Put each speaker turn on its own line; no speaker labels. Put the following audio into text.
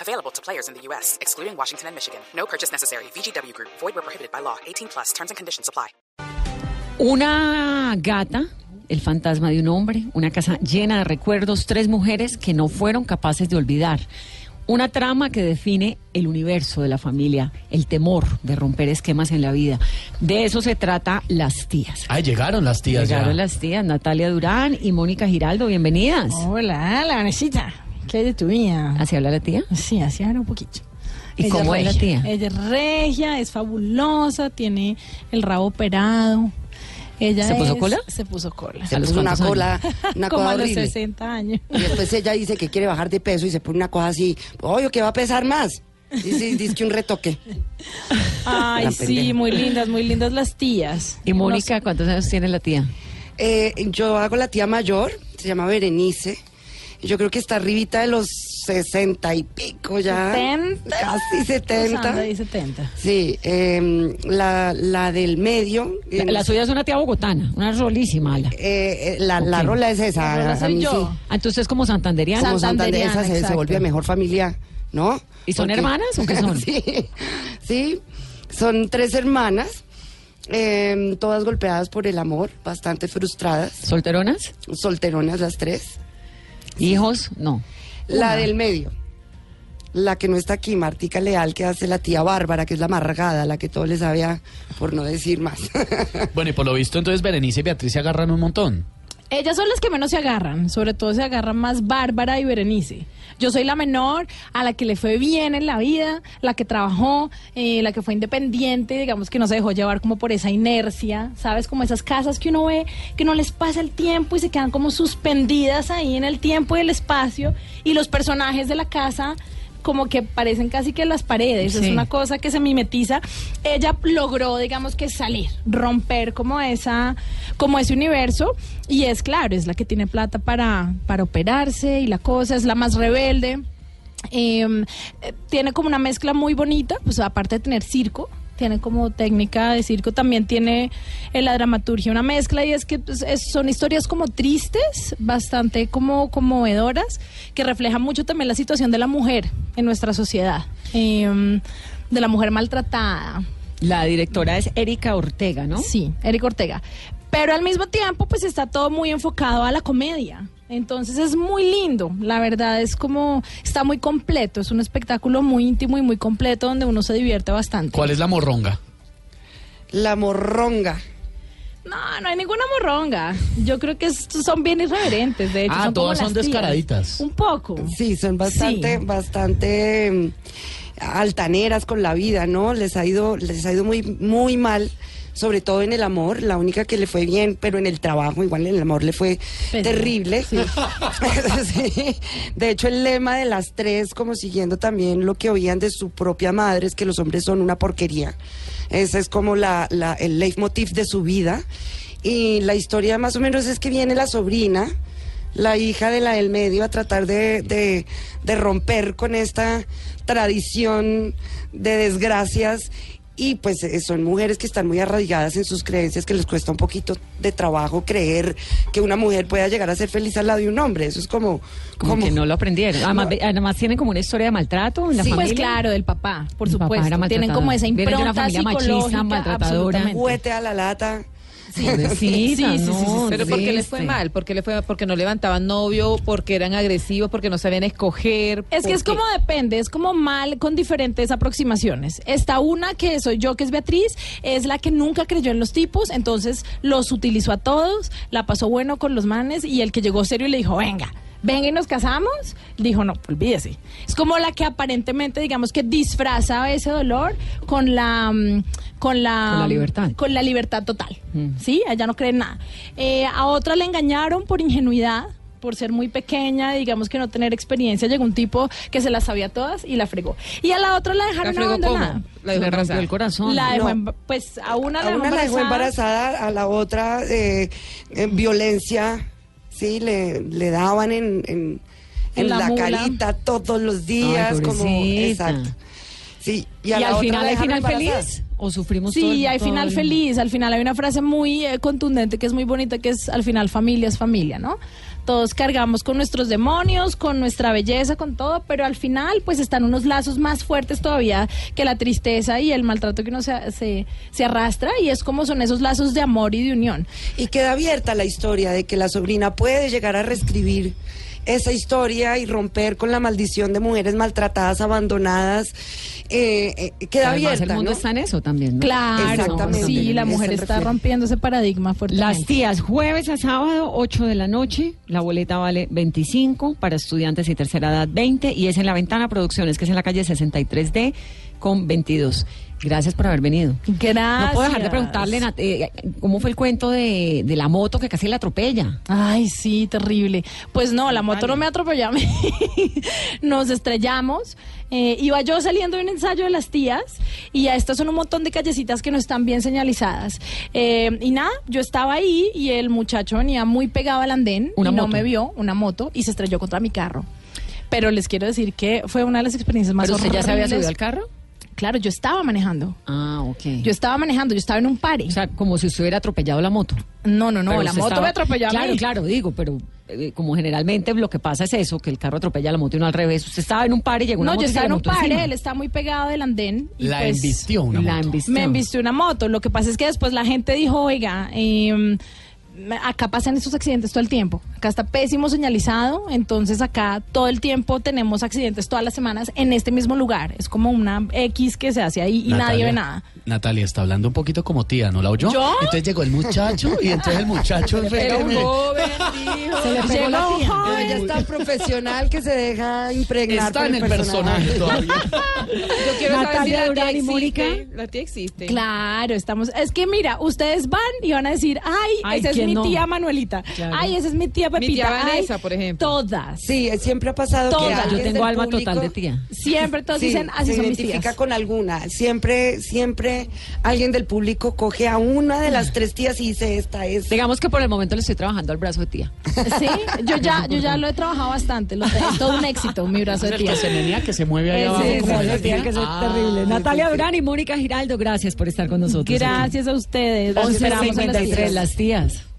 Available to players in the U.S., excluding Washington and Michigan. No purchase necessary. VGW Group, void were prohibited by law. 18 plus terms and conditions apply.
Una gata, el fantasma de un hombre, una casa llena de recuerdos, tres mujeres que no fueron capaces de olvidar. Una trama que define el universo de la familia, el temor de romper esquemas en la vida. De eso se trata Las Tías.
Ay, llegaron las tías
Llegaron
ya.
las tías, Natalia Durán y Mónica Giraldo, bienvenidas.
Hola, la Vanesita. ¿Qué hay de tu vida?
¿Así habla la tía?
Sí, así ahora un poquito.
¿Y
Ella
cómo es la
regia.
tía?
Ella es regia, es fabulosa, tiene el rabo operado. Ella
¿Se puso
es-
cola?
Se puso cola.
¿A
Se
los
puso una
cuántos
cola, una
Como
cola
a los
horrible.
60 años.
Y después ella dice que quiere bajar de peso y se pone una cosa así, obvio que va a pesar más. Y sí, dice que un retoque.
Ay,
Gran
sí,
pendeja.
muy lindas, muy lindas las tías.
Y Mónica, ¿cuántos años tiene la tía?
Eh, yo hago la tía mayor, se llama Berenice. y Yo creo que está arribita de los sesenta y pico ya.
¿Setenta?
Casi
Sandra
setenta.
dice 70.
Sí, em, la, la del medio.
La,
en-
la suya es una tía bogotana, una rolísima. La.
eh, eh, la, la
Ok.
rola es esa.
La rola
a- a
soy
mí
yo.
sí.
Ah, Entonces, como santanderiana.
Como Santander,
Santanderiana,
esa se, se
exacto.
vuelve mejor familia, ¿no?
¿Y son
Porque-
hermanas o qué son?
sí, sí, son tres hermanas, eh, todas golpeadas por el amor, bastante frustradas,
¿Solteronas?
solteronas las tres.
¿Hijos? No.
La del medio, la que no está aquí, Martica Leal, que hace la tía Bárbara, que es la amargada, la que todo le sabe a- por no decir más.
Bueno, y por lo visto, entonces Berenice y Beatriz se agarran un montón.
Ellas son las que menos se agarran, sobre todo se agarran más Bárbara y Berenice. Yo soy la menor, a la que le fue bien en la vida, la que trabajó, eh, la que fue independiente, digamos que no se dejó llevar como por esa inercia, ¿sabes? Como esas casas que uno ve que no les pasa el tiempo y se quedan como suspendidas ahí en el tiempo y el espacio y los personajes de la casa como que parecen casi que las paredes,
Sí.
es una cosa que se mimetiza. Ella logró, digamos que salir, romper como esa, como ese universo y es claro, es la que tiene plata para para operarse y la cosa es la más rebelde. Eh, eh, tiene como una mezcla muy bonita, pues aparte de tener circo, tiene como técnica de circo, también tiene en la dramaturgia una mezcla y es que pues, es- son historias como tristes, bastante como conmovedoras, que reflejan mucho también la situación de la mujer en nuestra sociedad, eh, de la mujer maltratada,
La directora es Erika Ortega, ¿no?
Sí, Eric Ortega. Pero al mismo tiempo, pues está todo muy enfocado a la comedia. Entonces es muy lindo, la verdad es como está muy completo, es un espectáculo muy íntimo y muy completo donde uno se divierte bastante.
¿Cuál es la morronga?
la morronga.
No, no hay ninguna morronga. Yo creo que es- son bien irreverentes, de hecho.
Ah,
como
todas son
las tías.
descaraditas.
Un poco.
Sí, son bastante,
Sí.
bastante mm, altaneras con la vida, ¿no? Les ha ido, les ha ido muy, muy mal, sobre todo en el amor. La única que le fue bien, pero en el trabajo, igual en el amor le fue
Pésimo,
terrible.
sí.
Sí. De hecho, el lema de las tres, como siguiendo también lo que oían de su propia madre, es que los hombres son una porquería. Ese es como la, la- el leitmotiv de su vida. Y la historia más o menos es que viene la sobrina, la hija de la del medio, a tratar de, de- de romper con esta tradición de desgracias. Y pues eh, son mujeres que están muy arraigadas en sus creencias, que les cuesta un poquito de trabajo creer que una mujer pueda llegar a ser feliz al lado de un hombre. Eso es como...
Como que no lo aprendieron. Además, ve- además tienen como una historia de maltrato en la
Sí,
familia.
pues claro, del papá, por
El papá
supuesto.
era
Tienen
maltratador.
como esa
Vienen de
impronta
una familia machista,
psicológica,
maltratadora.
absolutamente.
Huete a la lata.
Sí, sí, sí,
Pero porque les fue mal, porque les fue porque no levantaban novio, porque eran agresivos, porque no sabían escoger.
Es que es
porque-
como depende, es como mal con diferentes aproximaciones. Está una que soy yo, que es Beatriz, es la que nunca creyó en los tipos, entonces los utilizó a todos, la pasó bueno con los manes y el que llegó serio le dijo, venga. Venga y nos casamos, dijo no, olvídese. Es como la que aparentemente, digamos que disfraza ese dolor con la mm, con la,
Con la libertad.
con la
Mm.
libertad total. ¿Sí? Ella no cree en nada. Eh, a otra le engañaron por ingenuidad, por ser muy pequeña, digamos que no tener experiencia, llegó un tipo que se las sabía todas y la fregó. Y a la otra la
¿La
dejaron
fregó
abandonada.
cómo? La dejó
Le rompió
embarazada.
el corazón.
La dejó
No.
emba- pues a una la
a
dejó
una la dejó
embarazada.
embarazada, a la otra eh, eh, violencia, sí, le, le daban en, en,
En
en
la
la,
mula.
carita todos los días,
Ay,
como
pobrecita.
exacto. Sí, y,
¿Y,
a la
al
otra
final
la
hay
dejaron
final
embarazada.
feliz? ¿O sufrimos todo
Sí,
el-
hay
todo
final
el-
feliz. Al final hay una frase muy eh, contundente que es muy bonita, que es al final familia es familia, ¿no? Todos cargamos con nuestros demonios, con nuestra belleza, con todo, pero al final pues están unos lazos más fuertes todavía que la tristeza y el maltrato que uno se, se, se arrastra y es como son esos lazos de amor y de unión.
Y queda abierta la historia de que la sobrina puede llegar a reescribir esa historia y romper con la maldición de mujeres maltratadas, abandonadas. eh, eh, queda
Además,
abierta,
el mundo
¿no?
está en eso también, ¿no?
Claro,
Exactamente.
sí, la
Eso
mujer
me
está
refiero.
rompiendo ese paradigma fuertemente.
Las tías, jueves a sábado, 8 de la noche. La boleta vale 25 para estudiantes y tercera edad 20 y es en la Ventana Producciones, que es en la calle 63D con 22. Gracias por haber venido.
Gracias.
No puedo dejar de preguntarle Nat, eh, cómo fue el cuento de, de la moto que casi la atropella.
Ay, sí, terrible. Pues no, la moto no me atropelló a mí. Nos estrellamos. Eh, iba yo saliendo de un ensayo de las tías y a estas son un montón de callecitas que no están bien señalizadas. Eh, y nada, yo estaba ahí y el muchacho venía muy pegado al andén
Una
y no
moto.
me vio, una moto, y se estrelló contra mi carro. Pero les quiero decir que fue una de las experiencias más
¿Pero usted ya se había
horribles.
subido al carro?
Claro, yo estaba manejando.
Ah, ok.
Yo estaba manejando, yo estaba en un party.
o sea, como si usted hubiera atropellado la moto.
no, no, no,
Pero
la
usted
moto
estaba-
me atropelló a
Claro,
mí.
claro, digo, pero eh, como generalmente lo que pasa es eso, que el carro atropella a la moto y no al revés. Usted estaba en un par y llegó una
No,
moto
yo
y se
estaba
le
en un
montó
par,
encima.
él está muy pegado del andén. y
La
pues,
embistió una
La
moto.
embistió.
Me embistió una moto. Lo que pasa es que después la gente dijo, oiga, em, acá pasan estos accidentes todo el tiempo. Acá está pésimo señalizado, entonces acá todo el tiempo tenemos accidentes todas las semanas en este mismo lugar. Es como una X que se hace ahí y nadie ve nada.
Natalia está hablando un poquito como tía, ¿no la oyó?
¿Yo?
Entonces llegó el muchacho y entonces el muchacho
Era un
efectivamente,
joven, dijo.
Se le pegó
Llegó
la
un
tía.
Pero
joven.
ella es tan profesional que se deja impregnar
está
por
en el personaje todavía.
Yo quiero saber si
Natalia
la tía
Durán y Mónica.
existe. La tía existe.
Claro, estamos. Es que mira, ustedes van y van a decir, ay,
Ay,
esa es
¿quién
mi
no?
tía Manuelita,
Claro.
ay, esa es mi tía Pepita, ay,
Vanessa, por ejemplo.
Todas,
Sí, eh, siempre ha pasado que
Todas.
alguien
Yo
del
tengo alma total de
público-
tía.
"Ah,
siempre todas
Sí,
dicen, así
se
son mis
identifica
tías.
con alguna. Siempre, siempre alguien del público coge a una de las tres tías y dice, esta es.
Digamos que por el momento le estoy trabajando al brazo de tía.
Sí, yo ya, yo ya lo he trabajado bastante, lo es todo un éxito, mi brazo de
El
tía.
que se menea, que se mueve ahí
Ese
abajo.
es
como
el
la tía. Ah,
que es terrible. Natalia Durán y Mónica Giraldo, gracias por estar con nosotros.
Gracias a ustedes, los esperamos en las
11.53
tías.
las tías.